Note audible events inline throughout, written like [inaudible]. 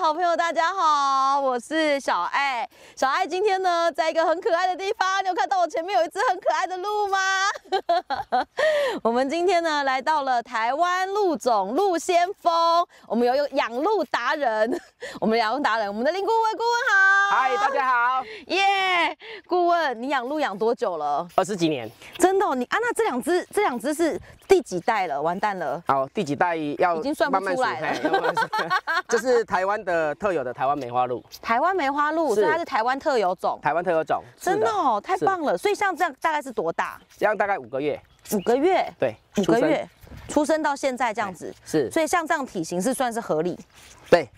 好朋友，大家好，我是小爱。小爱今天呢，在一个很可爱的地方，你有看到我前面有一只很可爱的鹿吗？ [laughs] 我们今天呢，来到了台湾鹿种鹿先锋，我们有有养鹿达人， [laughs] 我们养鹿达人，我们的林顾问顾问好，嗨，大家好，耶顾问，你养鹿养多久了？二十几年，真的哦、你啊，那这两只这两只是第几代了？完蛋了。好，第几代要已经算不慢慢出数来了嘿慢慢数 [laughs] 这是台湾的特有的台湾梅花鹿，台湾梅花鹿，是所以它是台湾特有种，台湾特有种，是真的哦，太是棒了。所以像这样大概是多大？这样大概五个月，五个月，对，五出个生月，出生到现在这样子，是，所以像这样体型是算是合理。对，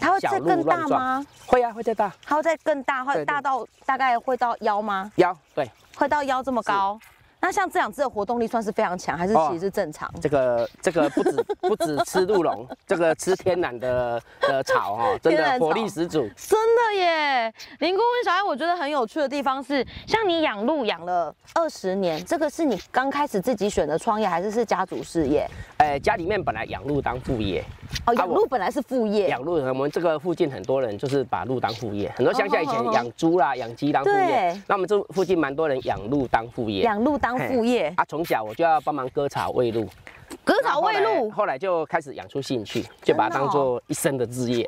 它会小再鹿哦更乱大撞吗？会啊，会再大它会再更大，对会对大到大概会到腰吗？腰，对，会到腰这么高？那像这两只的活动力算是非常强，还是哦其实是正常？这个这个 [laughs] 不止不止吃鹿茸，这个吃天然的的草哈，真天然的草活力十足，真的耶，林顾问小爱，我觉得很有趣的地方是，像你养鹿养了二十年，这个是你刚开始自己选的创业，还是是家族事业？哎，家里面本来养鹿当副业，哦，啊养我鹿本来是副业，养鹿，我们这个附近很多人就是把鹿当副业，很多乡下以前哦哦哦养猪啦、养鸡当副对业，那我们这附近蛮多人养鹿当副业。养鹿当嘿副业，啊，从小我就要帮忙割草喂鹿，割草喂然后哦后鹿来，后来就开始养出兴趣，就把它真的哦当做一生的 [laughs] 职业。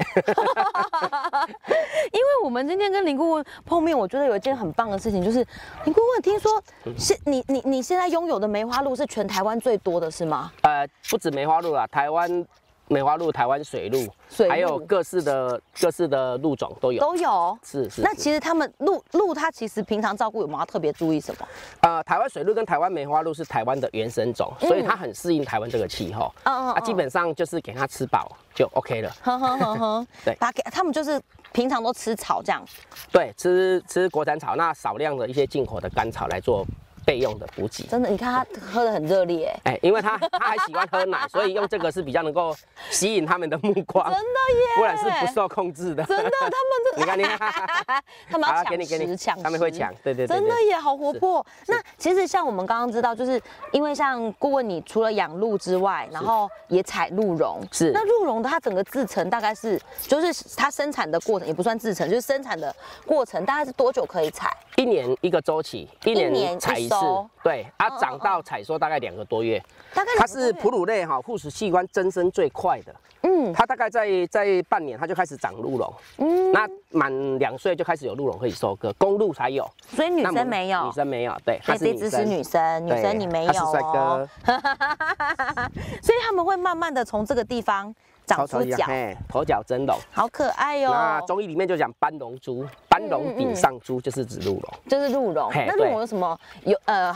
因为我们今天跟林顾问碰面，我觉得有一件很棒的事情，就是林顾问听说现你你你现在拥有的梅花鹿是全台湾最多的是吗？呃，不止梅花鹿啦，台湾梅花鹿、台湾水鹿，水鹿还有各式的各式的鹿种都有。都有。是是。那是其实他们鹿鹿它其实平常照顾有没有要特别注意什么？呃，台湾水鹿跟台湾梅花鹿是台湾的原生种，所以它很适应台湾这个气候。嗯嗯啊，基嗯本上就是给它吃饱就 OK 了。哼哼哼哼，对把给他们就是平常都吃草这样，对，吃吃国产草，那少量的一些进口的干草来做备用的补给。真的，你看它喝的很热烈， [laughs] 哎、因为他他还喜欢喝奶，所以用这个是比较能够吸引他们的目光真，的耶，不然是不受控制的。真的，他 [laughs] 你们看你真的， [laughs] 他们要抢好给你给食你抢食，他们会抢对对对对真的耶，好活泼。那其实像我们刚刚知道，就是因为像顾问，你除了养鹿之外，然后也采鹿茸，是那鹿茸的它整个制成大概是，就是它生产的过程也不算制成，就是生产的过程大概是多久可以采？一年一个周期，一一年一年采一次收，对，它嗯嗯长到采收大概两个多月。大概它两个多月是哺乳类哈，护食器官增生最快的，嗯它大概在在半年它就开始长鹿茸，嗯，那满两岁就开始有鹿茸可以收割，公鹿才有，所以女那母生没有女。生没有，对，所它以是这女只生，是女生，女对生你没有它是帅哦。哥，所以他们会慢慢的从这个地方长出一脚样，，嘿头角真龙。好可爱哟、那中医里面就讲斑龙珠，斑嗯龙顶上珠就是指鹿茸。就是鹿茸。嘿那鹿对茸有什么有呃，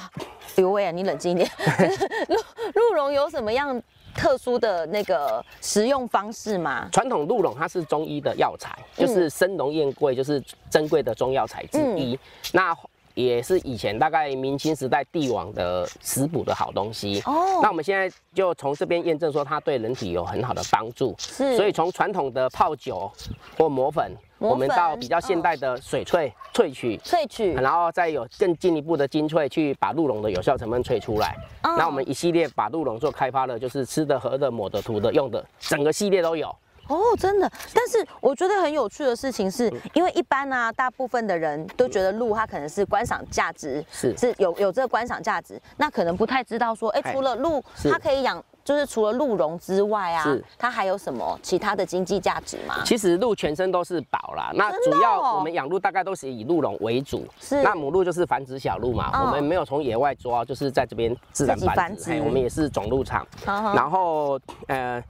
刘威啊，你冷 [laughs] 静一点。就是鹿鹿茸有什么样特殊的那个食用方式吗？传统鹿茸它是中医的药材，嗯就是生龙燕桂，就是珍贵的中药材之嗯一。那也是以前大概明清时代帝王的食补的好东西。哦那我们现在就从这边验证说它对人体有很好的帮助。是所以从传统的泡酒或磨粉，磨粉我们到比较现代的水萃萃取。萃取然后再有更进一步的精粹，去把鹿茸的有效成分萃出来。嗯那我们一系列把鹿茸做开发的，就是吃的、喝的、抹的、涂的、用的，整个系列都有。哦，真的。但是我觉得很有趣的事情嗯是，因为一般啊，大部分的人都觉得鹿它可能是观赏价值是是有有这个观赏价值，那可能不太知道说，哎，哎除了鹿，是它可以养，就是除了鹿茸之外啊是，它还有什么其他的经济价值吗？其实鹿全身都是宝啦，那真的哦主要我们养鹿大概都是以鹿茸为主，是那母鹿就是繁殖小鹿嘛，嗯我们没有从野外抓，就是在这边自然自己繁繁殖，嘿殖我们也是种鹿场。嗯哼然后呃，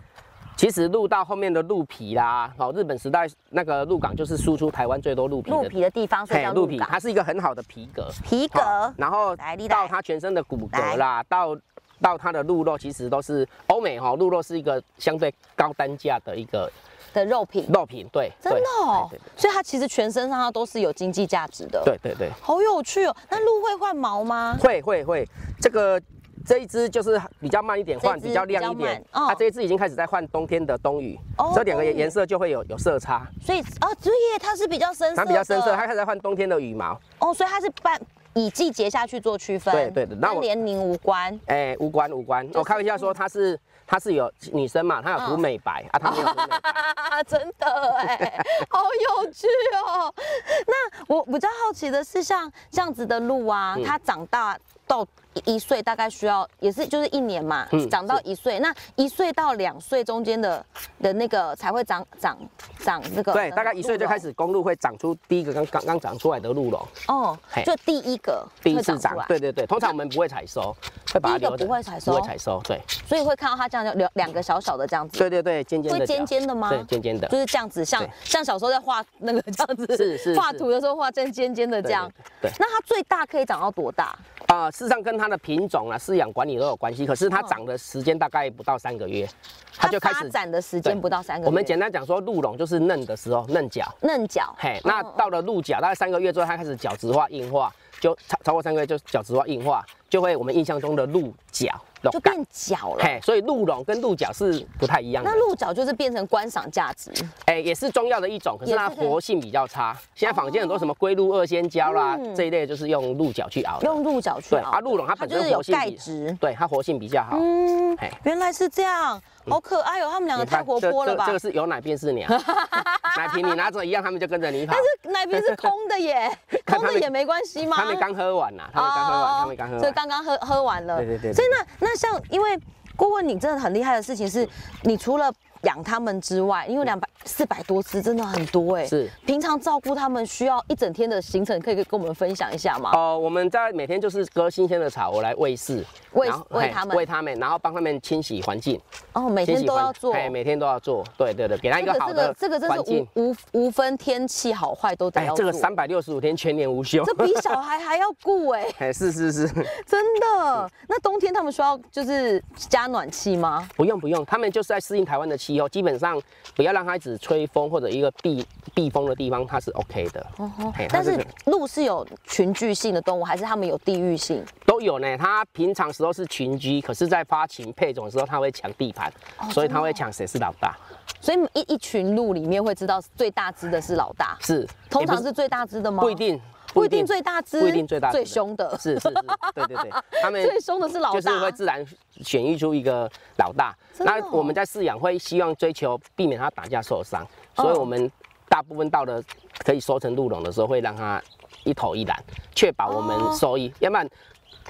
其实鹿到后面的鹿皮啦，哦，日本时代那个鹿港就是输出台湾最多鹿皮鹿的皮的地方，所以嘿叫鹿鹿皮，港。它是一个很好的皮革，皮革好然后来你来到它全身的骨骼啦，到到它的鹿肉，其实都是欧美哈、鹿肉是一个相对高单价的一个的肉品，肉品，对，真的哦对。所以它其实全身上下都是有经济价值的，，对对对对对，好有趣哦。那鹿会换毛吗？会会会，这个这一只就是比较慢一点换，这一只比较亮一点啊比，较慢哦它这一只已经开始在换冬天的冬雨哦，这两个冬雨颜色就会有有色差，啊所以哦，对耶，它是比较深色的，它比较深色，它开始在换冬天的羽毛，哦，所以它是半以季节下去做区分，对对对那跟我莲宁无关。哎，无关无关，我开玩笑说她是她是有女生嘛，她有涂嗯美白啊，她没有涂美白。 [laughs] 啊，真的哎、好有趣哦！那我比较好奇的是，像这样子的鹿啊，嗯它长大到一岁大概需要也是就是一年嘛，嗯长到一岁，那一岁到两岁中间的的那个才会长长长那个对，大概一岁就开鹿始公鹿会长出第一个刚刚刚长出来的鹿茸，茸哦嘿，就第一个第一会次出长来，对对对，通常我们不会采收，会把它第一个留着，不会采收不会采收，对所以会看到它这样就两两个小小的这样子，对对对，尖尖的会角，尖尖的吗？对，尖尖的就，是这样子，像对像小时候在画那个这样子，是是画是图的时候画成尖尖的这样。对对对那它最大可以长到多大？啊、事实上跟它的品种啊、饲养管理都有关系，可是它嗯长的时间大概不到三个月，它就开发始。展的时对间不到三个月。我们简单讲说，鹿茸就是嫩的时候，嫩角，嫩角，哦嘿，那到了鹿角大概三个月之后，它开始角质化硬化，就超超过三个月就角质化硬化，就会我们印象中的鹿角，就感变角了。嘿，所以鹿茸跟鹿角是不太一样的那。鹿角就是变成观赏价值，哎、也是中药的一种，可是它也是可以活性比较差。现在坊间很多什么龟鹿二仙胶啦、嗯这一类，就是用鹿角去熬的。用鹿角去对熬。啊，鹿茸它它本就身是有活性钙比，质。对它活性比较好。嗯嘿，原来是这样，好可爱哦！他们两个嗯你太看活这泼了这吧 [laughs] 这？个是有奶便是娘，奶瓶你拿着一样，他们就跟着你跑但。是奶瓶是空的耶， [laughs] 看空他的们也没关系吗？他们刚喝完呐，他们刚喝完，他们刚喝哦所以完。刚刚喝喝完了。对对对对所以那那像，因为顾问你真的很厉害的事情是，你除了养它们之外，因为两百四百多只真的很多哎。嗯是。平常照顾它们需要一整天的行程，可以跟我们分享一下吗？哦，我们在每天就是割新鲜的草，我来喂饲，喂然后喂嘿它们喂它们，然后帮它们清洗环境，哦，每清天洗都环要做。哎，每天都要做，对对对，给它一这个个好这个的这个真环境是。无无无分天气好坏都得哎要，这做。个三百六十五天全年无休。这比小孩还要顾哎， [laughs] 哎，是是是，真的。那冬天他们需要就是加暖气吗？不用不用，他们就是在适应台湾的气候，基本上不要让它一直吹风或者一个避避风的地方，它是 OK 的。哦嘿它但这是个鹿是有群聚性的动物，还是它们有地域性？都有呢，它平常时候是群居，可是在发情配种的时候，它会抢地盘，哦所以它会抢谁是老大。所以一一群鹿里面会知道最大只的是老大，是，通也不常是最大只的吗？不一，定，不一定最大只，不一定最大只的最凶的，是是是，对对对，他 [laughs] 们最凶的是老就是大会。自然选育出一个老大。真的哦那我们在饲养会希望追求避免它打架受伤，哦所以我们大部分到了可以收成鹿茸的时候，会让它一头一篮，确保我哦们收益。要不然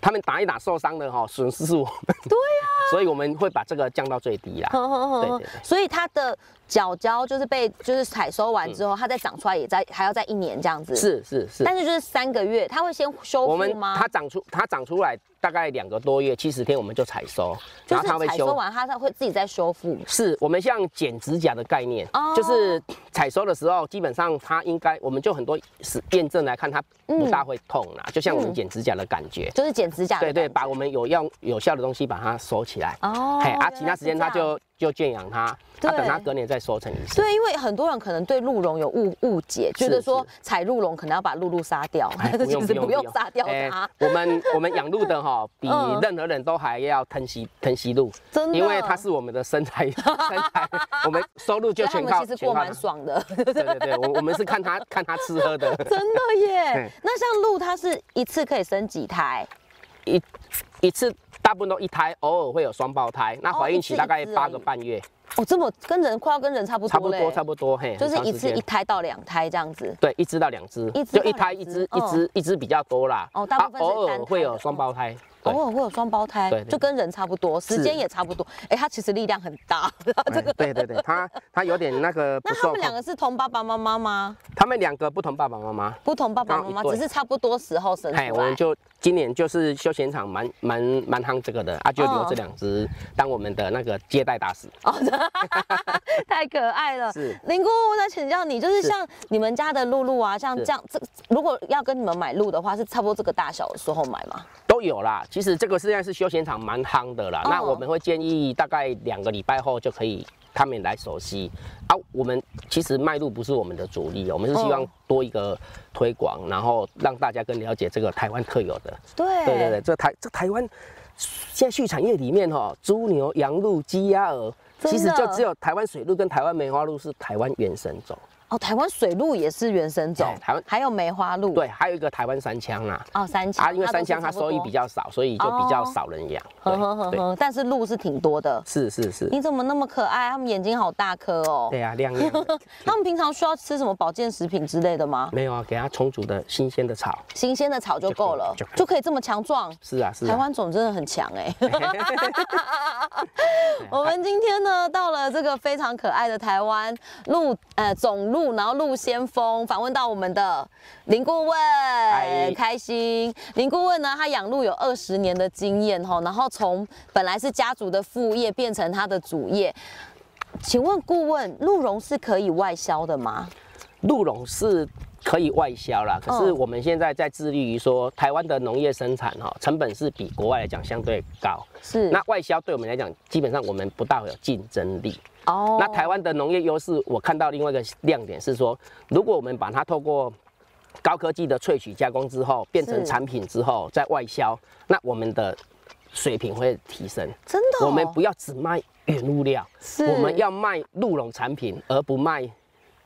他们打一打受伤了哈，损失是我们。对啊哦呀、 [laughs] 所以我们会把这个降到最低啦。 [laughs] 呵呵呵呵对对对所以它的角角就是被就是采收完之后，它再长出来也在还要再一年这样子。，嗯是是是，但是就是三个月，它会先修我复们吗？它长出它长出来大概两个多月，七十天我们就采收，就然后它是会采修收完它它会自己再修复。是我们像剪指甲的概念，哦就是采收的时候，基本上它应该，我们就很多实验证来看，它不大会痛啦，嗯就像我们剪指甲的感觉。就是剪指甲的对感觉，对，把我们有用有效的东西把它收起来。嗯哦嘿，啊，原来其他时间是这它样就就圈养它，对啊，等它隔年再收成一次。对，因为很多人可能对鹿茸有误误解，觉得说采鹿茸可能要把鹿鹿杀掉，但是 [laughs] 其实不用杀掉它哎，我们我们养鹿的 [laughs] 哈，比嗯任何人都还要疼惜疼惜鹿，真的因为它是我们的生 [laughs] 态生态，我们收入所就以他全们靠其实全过靠蛮它爽的， [laughs] [laughs] 对对对，我我们是看它看它吃喝的。真的耶 [laughs] 对。那像鹿，它是一次可以生几胎？一一次大部分都一胎，偶尔会有双胞胎。那哦怀孕期大概一次一次而八已个半月，哦，这么跟人快要跟人差不多差不多嘞差不多，嘿，就是很长一时次间一胎到两胎这样子。对一只到两只一，只就到一胎两一只只一只一只比较多啦。哦大部分是啊偶尔单会胎有的双嗯胞胎，对偶尔会有双胞胎对，对就跟人差不多，时间是也差不多。哎，它其实力量很大。哎对对对，它它有点那个不 [laughs] 那他受们两控。个是同爸爸妈妈吗？他们两个不同爸爸妈妈，不同爸爸刚好妈一妈，对只是差不多时候生出嘿，来。我们就今年就是休闲场蛮蛮蛮夯这个的啊，就留哦这两只当我们的那个接待大使。 [laughs] 太可爱了。是林姑，那请教你，就是是像你们家的露露啊，像是这样，这如果要跟你们买鹿的话，是差不多这个大小的时候买吗？都有啦，其实这个现在是休闲场蛮夯的啦。哦那我们会建议大概两个礼拜后就可以他们来熟悉啊。我们其实卖路不是我们的主力，我们是希望哦多一个推广，然后让大家更了解这个台湾特有的。对对对对，，这台这台湾现在畜产业里面哈、哦，猪牛、羊鹿、鸡、鸭、鹅，真的其实就只有台湾水鹿跟台湾梅花鹿是台湾原生种。哦，台湾水鹿也是原生种哎，台湾还有梅花鹿，，对，还有一个台湾三枪啦、哦，三枪，啊，因为三枪它都是差不收多益比，较少，所以就比较少人养。哦呵呵呵对对，呵，但是鹿是挺多的。是是是，你怎么那么可爱？它们眼睛好大颗哦。对啊，亮亮 [laughs] 的它们平常需要吃什么保健食品之类的吗？没有啊，给它充足的新鲜的草。新鲜的草就够了就可，以就可以这么强壮。是啊是台啊，湾种真的很强 [laughs] 哎、我们今天呢到了这个非常可爱的台湾鹿呃总鹿，然后鹿先锋访问到我们的林顾问，嗨开心。林顾问呢，他养鹿有二十年的经验哈，然后从本来是家族的副业变成他的主业。请问顾问，鹿茸是可以外销的吗？鹿茸是可以外销啦，可是嗯我们现在在致力于说，台湾的农业生产哈、成本是比国外来讲相对高。是那外销对我们来讲，基本上我们不大有竞争力。哦那台湾的农业优势，我看到另外一个亮点是说，如果我们把它透过高科技的萃取加工之后，变成是产品之后再外销，那我们的水平会提升。真的哦、我们不要只卖原物料，是我们要卖鹿茸产品，而不卖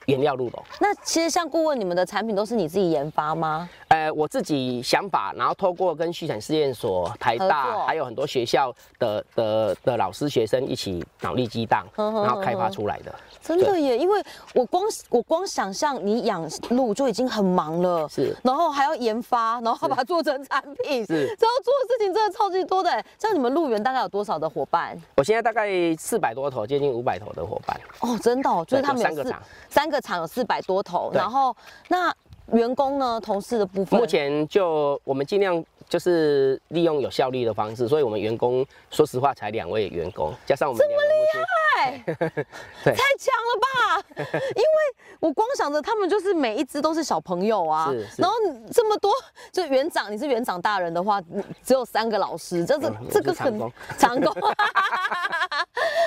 原料鹿茸。那其实像顾问，你们的产品都是你自己研发吗？呃，我自己想法，然后透过跟畜产试验所、台合作大，还有很多学校的的的老师、学生一起脑力激荡，呵呵然后开呵发呵出来的。真的耶，因为我光我光想象你养鹿就已经很忙了，是然后还要研发，然后把它做成产品，是这要做的事情真的超级多的。像你们鹿园大概有多少的伙伴？我现在大概四百多头，接近五百头的伙伴，哦，真的、哦，就是对他们有有三个四厂三个厂有四百多头，对然后那员工呢，同事的部分，目前就我们尽量就是利用有效率的方式，所以我们员工说实话才两位员工，加上我们这么厉哎 [laughs] 对太强了吧！因为我光想着他们就是每一只都是小朋友啊是，是然后这么多，就园长你是园长大人的话，你只有三个老师，这是嗯我这是个长很工长工， [laughs]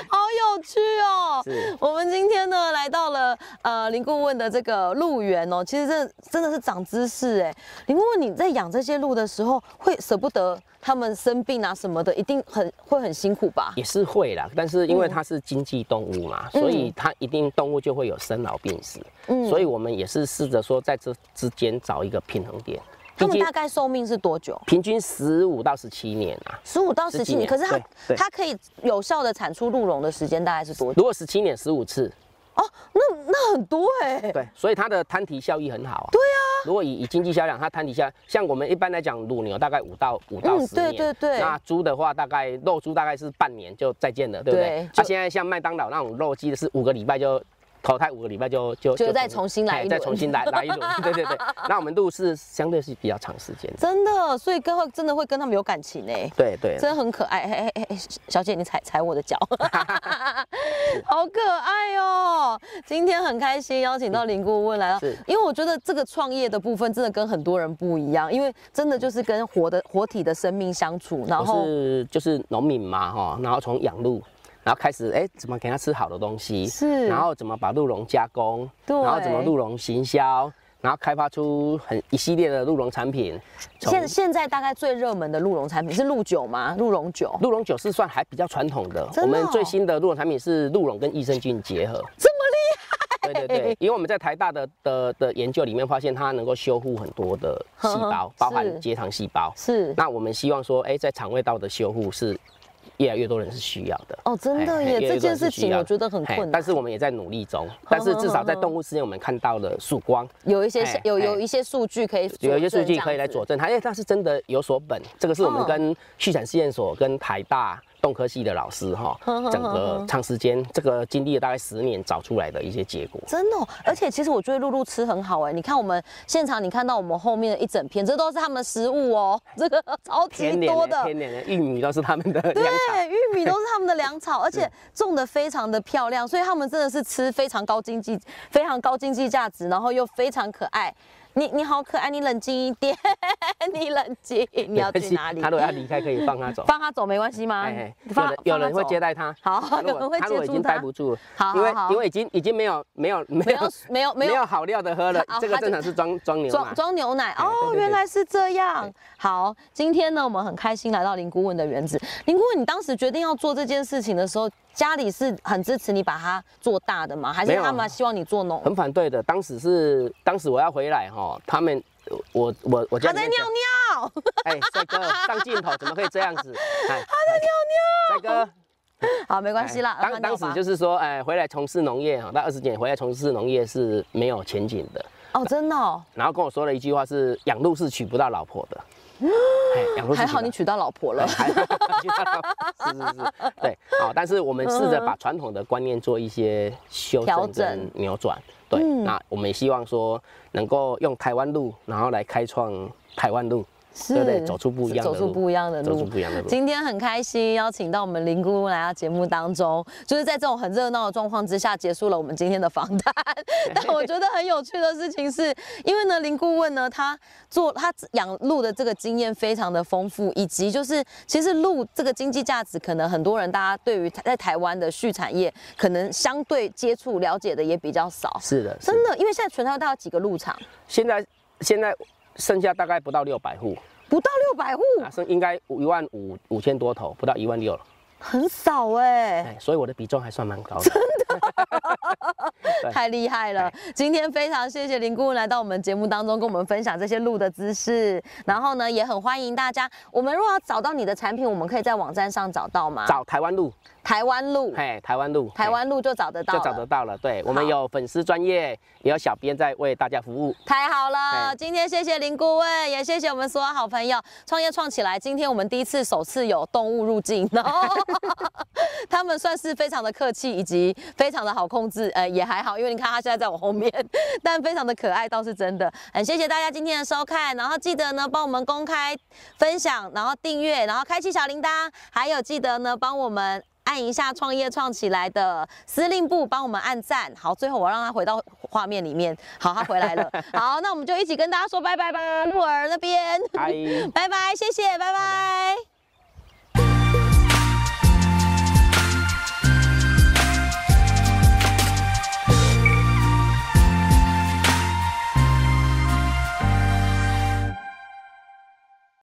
好有趣哦是！我们今天呢来到了呃林顾问的这个鹿园哦，其实这真的是长知识哎。林顾问你在养这些鹿的时候，会舍不得他们生病啊什么的，一定很会很辛苦吧？也是会啦，但是因嗯为它是经济动物嘛，所以它一定动物就会有生老病死，嗯所以我们也是试着说在这之间找一个平衡点，他毕们竟大概寿命是多久？平均十五到十七年啊。十五到十十七几年，年可是它对对它可以有效的产出鹿茸的时间大概是多久？如果十七年十五次，哦，那那很多哎、对，所以它的摊体效益很好、啊。对啊，如果以以经济销量，它摊体效，像我们一般来讲，乳牛大概五到五到嗯十年，对对对那猪的话，大概肉猪大概是半年就再见了，对不对对？就啊，现在像麦当劳那种肉鸡是五个礼拜就。投胎五个礼拜就就就再重新来一哎轮再重新来来一轮，对对对。 [laughs] 那我们鹿是相对是比较长时间的，真的，所以跟会真的会跟他们有感情哎、对对。真的很可爱。嘿嘿嘿，小姐，你踩踩我的 [laughs] 脚， [laughs] 好可爱哦！今天很开心邀请到林顾问来了是，因为我觉得这个创业的部分真的跟很多人不一样，因为真的就是跟活的活体的生命相处，然我后是就是农民嘛哈，然后从养鹿，然后开始哎、怎么给它吃好的东西，是然后怎么把鹿茸加工，对然后怎么鹿茸行销，然后开发出很一系列的鹿茸产品。从现现在大概最热门的鹿茸产品是鹿酒吗？鹿茸酒。鹿茸酒是算还比较传统的，真的哦我们最新的鹿茸产品是鹿茸跟益生菌结合。这么对对对，因为我们在台大的的的研究里面发现，它能够修复很多的细呵呵胞，包是含结肠细胞。是那我们希望说，哎、在肠胃道的修复是越来越多人是需要的。哦，真的哎耶，哎这越多件人事是需情要我的觉得很哎困难但。是我们也在努力中。 [laughs] 但是至少在动物世界，我们看到了曙光，有一些哎有有哎一些数据可以佐证，有一些数据可这以来样子佐。证它，哎，它是真的有所本。这个是我们嗯跟畜产试验所、跟台大动科系的老师哈哼哼，整哼个哼长时间这个经历了大概十年找出来的一些结果。真的哦、而且其实我觉得露露吃很好哎，你看我们现场，你看到我们后面的一整片，这都是他们的食物哦，这个 [laughs] 超级天然多的的，天然的玉米都是他们的粮欸草。对，玉米都是他 [laughs] 们的粮草，而且种的非常的漂亮，所以他们真的是吃非常高经济、非常高经济价值，然后又非常可爱。你你好可爱，你冷静一点， [laughs] 你冷静，你要去哪里他？如果要离开，可以放他走。放他走没关系吗？哎，有放人有人会接待，待他，好他如果有人会他如果接已住经他待不住了，好因为好好因为已经已经没有没有没没有有没哦有没没有有好料的喝了好，这个他就正常是装装牛装奶。装牛奶哎对哦，对对原来是这样。好，今天呢，我们很开心来到林顾问的园子。林坤，你当时决定要做这件事情的时候，家里是很支持你把它做大的吗？还是没有啊他们希望你做农？很反对的。当时是当时我要回来哈，他们我我我家他里在面尿讲尿，哎，帅哥上镜头怎么可以这样子？ [laughs] 哎，他在尿尿，帅哥。好，哦没关系啦哎，让他当尿吧当时就是说，哎，回来从事农业哈，到二十年回来从事农业是没有前景的。哦，真的、哦，然后跟我说了一句话是：养鹿是娶不到老婆 [gasps] 的。哎养鹿是哎还娶好不你到娶到老婆了 [laughs] 对，。还好是 [laughs] 是是，对，好，但是我们试着把传统的观念做一些修嗯调正整跟扭转，对，嗯那我们也希望说能够用台湾路，然后来开创台湾路，是对不对？走出不一样的走路，出不一样的走出路不一样的路。今天很开心邀请到我们林姑来到节目当中，就是在这种很热闹的状况之下，结束了我们今天的访谈。但我觉得很有趣的事情是，因为呢，林顾问呢，他做他养鹿的这个经验非常的丰富，以及就是其实鹿这个经济价值，可能很多人大家对于在台湾的畜产业，可能相对接触了解的也比较少。是的，是真的，因为现在全台湾大概有几个鹿场，现在现在剩下大概不到六百户，不到六百户，啊，剩应该一万五五千多头，不到一万六了。很少哎、哎，所以我的比重还算蛮高的。对太厉害了！今天非常谢谢林顾问来到我们节目当中，跟我们分享这些鹿的知识。然后呢，也很欢迎大家，我们如果要找到你的产品，我们可以在网站上找到吗？找台湾路，台湾鹿，哎，台湾路，啊台嘿湾鹿就找得到就找了得。到了。对，我们好有粉丝专业，也有小编在为大家服务。太好了！哎今天谢谢林顾问，也谢谢我们所有好朋友。创业创起来，今天我们第一次首次有动物入境，然后他们算是非常的客气，以及非常的好控制，呃，也还好，因为你看他现在在我后面，但非常的可爱倒是真的。很谢谢大家今天的收看，然后记得呢帮我们公开分享，然后订阅，然后开启小铃铛，还有记得呢帮我们。按一下创业创起来的司令部，帮我们按赞。好，最后我让他回到画面里面。好，他回来了。好，那我们就一起跟大家说拜拜吧，鹿儿那边，嗨。拜拜，谢谢，拜拜